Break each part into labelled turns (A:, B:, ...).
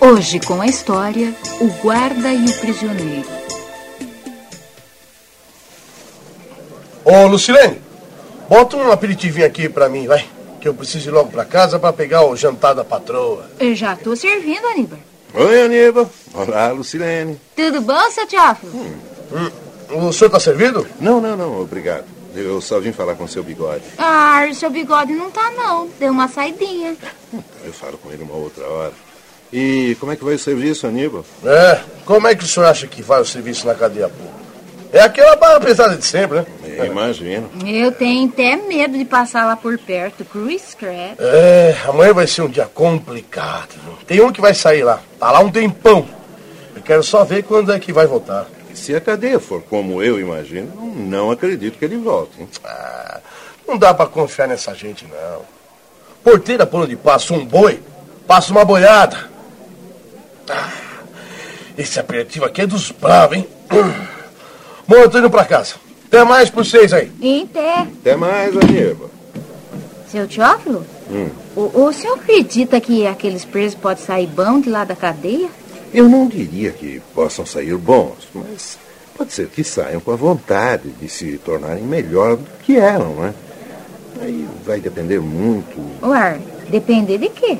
A: Hoje com a história O Guarda e o Prisioneiro.
B: Ô, Lucilene, bota um aperitivinho aqui pra mim, vai. Que eu preciso ir logo pra casa pra pegar o jantar da patroa.
A: Eu já tô servindo, Aníbal.
C: Oi, Aníbal. Olá, Lucilene. Hum.
A: Tudo bom, seu Teófilo?
B: O senhor tá servido?
C: Não, não, não, obrigado. Eu só vim falar com seu bigode.
A: Ah, seu bigode não tá, não. Deu uma saidinha.
C: Eu falo com ele uma outra hora. E como é que vai o serviço, Aníbal?
B: É. Como é que o senhor acha que vai o serviço na cadeia pública? É aquela barra pesada de sempre, né?
C: Eu É, imagino.
A: Eu tenho até medo de passar lá por perto. Cruz credo.
B: É, amanhã vai ser um dia complicado. viu? Tem um que vai sair lá. Tá lá um tempão. Eu quero só ver quando é que vai voltar.
C: Se a cadeia for como eu imagino, não- não acredito que ele volte. hein?
B: Ah, não dá pra confiar nessa gente, não. Porteira por onde passa um boi, passa uma boiada. Ah, esse aperitivo aqui é dos bravos, hein? Bom, eu tô indo pra casa. Até mais pra vocês aí.
A: Em pé.
C: Até mais, Aníbal.
A: Seu Teófilo?
C: Hum.
A: O, o senhor acredita que aqueles presos podem sair bom de lá da cadeia?
C: Eu não diria que possam sair bons, mas pode ser que saiam com a vontade de se tornarem melhor do que eram, né? Aí vai depender muito
A: Uar, depender de quê?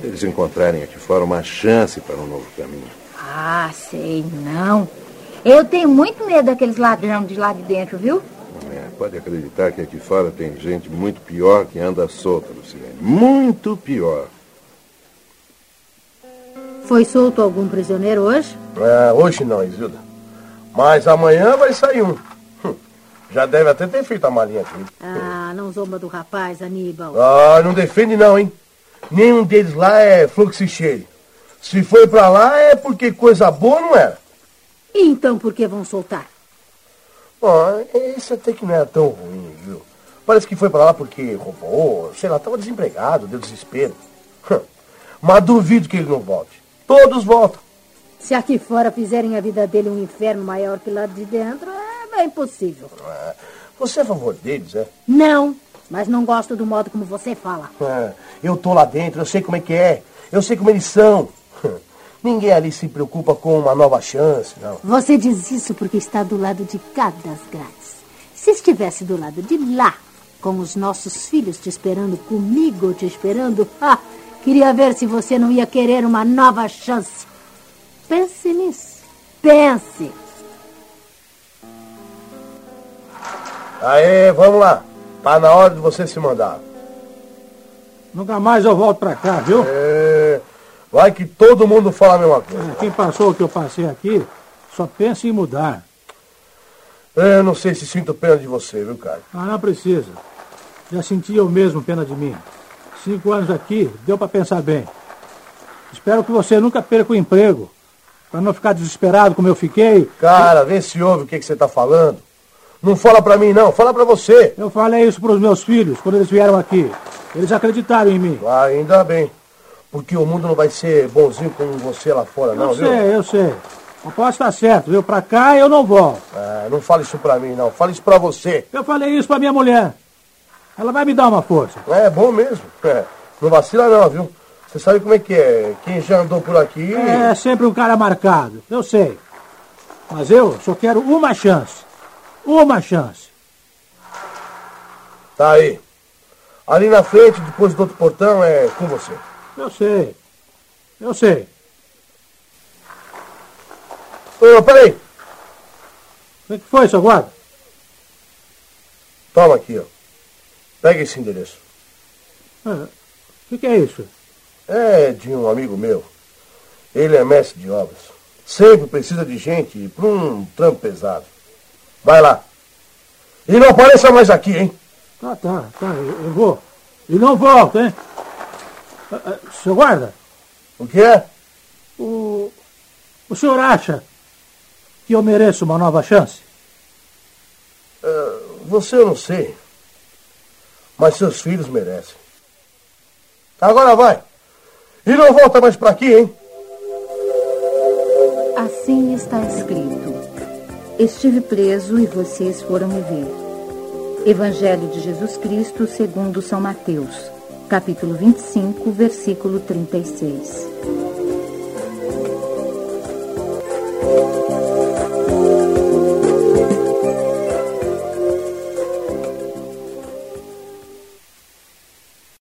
C: deles encontrarem aqui fora uma chance para um novo caminho.
A: Ah, sei não. Eu tenho muito medo daqueles ladrão de lá de dentro, viu?
C: É, pode acreditar que aqui fora tem gente muito pior que anda solta, Lucilene. Muito pior.
D: Foi solto algum prisioneiro hoje?
B: Ah, hoje não, Isilda. Mas amanhã vai sair um. Hum, Já deve até ter feito a malinha aqui.
D: Ah, não zomba do rapaz, Aníbal.
B: Ah, não defende não, hein? Nenhum deles lá é fluxo cheio. Se foi pra lá é porque coisa boa não era.
D: E então por que vão soltar?
B: Ó, esse até que não era tão ruim, viu? Parece que foi pra lá porque roubou, sei lá, tava desempregado, deu desespero. Hum, Mas duvido que ele não volte. Todos voltam.
D: Se aqui fora fizerem a vida dele um inferno maior que lá de dentro, é, é impossível.
B: Ah, Você é a favor deles, é?
D: Não, mas não gosto do modo como você fala.
B: Ah, Eu tô lá dentro, eu sei como é que é. Eu sei como eles são. Hum, Ninguém ali se preocupa com uma nova chance, não.
D: Você diz isso porque está do lado de cá das grades. Se estivesse do lado de lá, com os nossos filhos te esperando, comigo te esperando, ah, queria ver se você não ia querer uma nova chance. Pense nisso. Pense.
B: Aê, vamos lá. Tá na hora de você se mandar.
E: Nunca mais eu volto pra cá, viu?
B: É, vai que todo mundo fala a mesma coisa.
E: Quem passou o que eu passei aqui só pensa em mudar.
B: É, Eu não sei se sinto pena de você, viu, cara?
E: Mas não precisa. Já senti eu mesmo pena de mim. Cinco anos aqui, deu pra pensar bem. Espero que você nunca perca o emprego. Pra não ficar desesperado como eu fiquei,
B: Cara, vê se ouve o que que você tá falando. Não fala pra mim, não. Fala pra você.
E: eu falei isso pros meus filhos quando eles vieram aqui. Eles acreditaram em mim.
B: Ah, ainda bem. Porque o mundo não vai ser bonzinho com você lá fora, não,
E: eu
B: viu?
E: sei, eu sei. Eu posso estar certo, viu? Pra cá eu não volto.
B: Ah, não fala isso pra mim, não. Fala isso pra você.
E: Eu falei isso pra minha mulher. Ela vai me dar uma força.
B: É bom mesmo. É. Não vacila, não, viu? Você sabe como é que é. Quem já andou por aqui.
E: É sempre um cara marcado, eu sei. Mas eu só quero uma chance. Uma chance.
B: Tá aí. Ali na frente, depois do outro portão, é com você.
E: Eu sei. Eu sei.
B: Ô, peraí.
E: O que que foi, seu guarda?
B: Toma aqui, ó. Pega esse endereço.
E: Ah, O que, que é isso?
B: É de um amigo meu. Ele é mestre de obras. Sempre precisa de gente para um trampo pesado. Vai lá. E não apareça mais aqui, hein?
E: Tá, tá, tá, eu, eu vou. E não volto, hein? Ah, ah, seu guarda,
B: O que é?
E: o, o senhor acha que eu mereço uma nova chance?
B: Você eu não sei. Mas seus filhos merecem. Agora vai. E não volta mais para aqui, hein?
A: Assim está escrito: Estive preso e vocês foram me ver. Evangelho de Jesus Cristo segundo São Mateus, capítulo 25, versículo 36.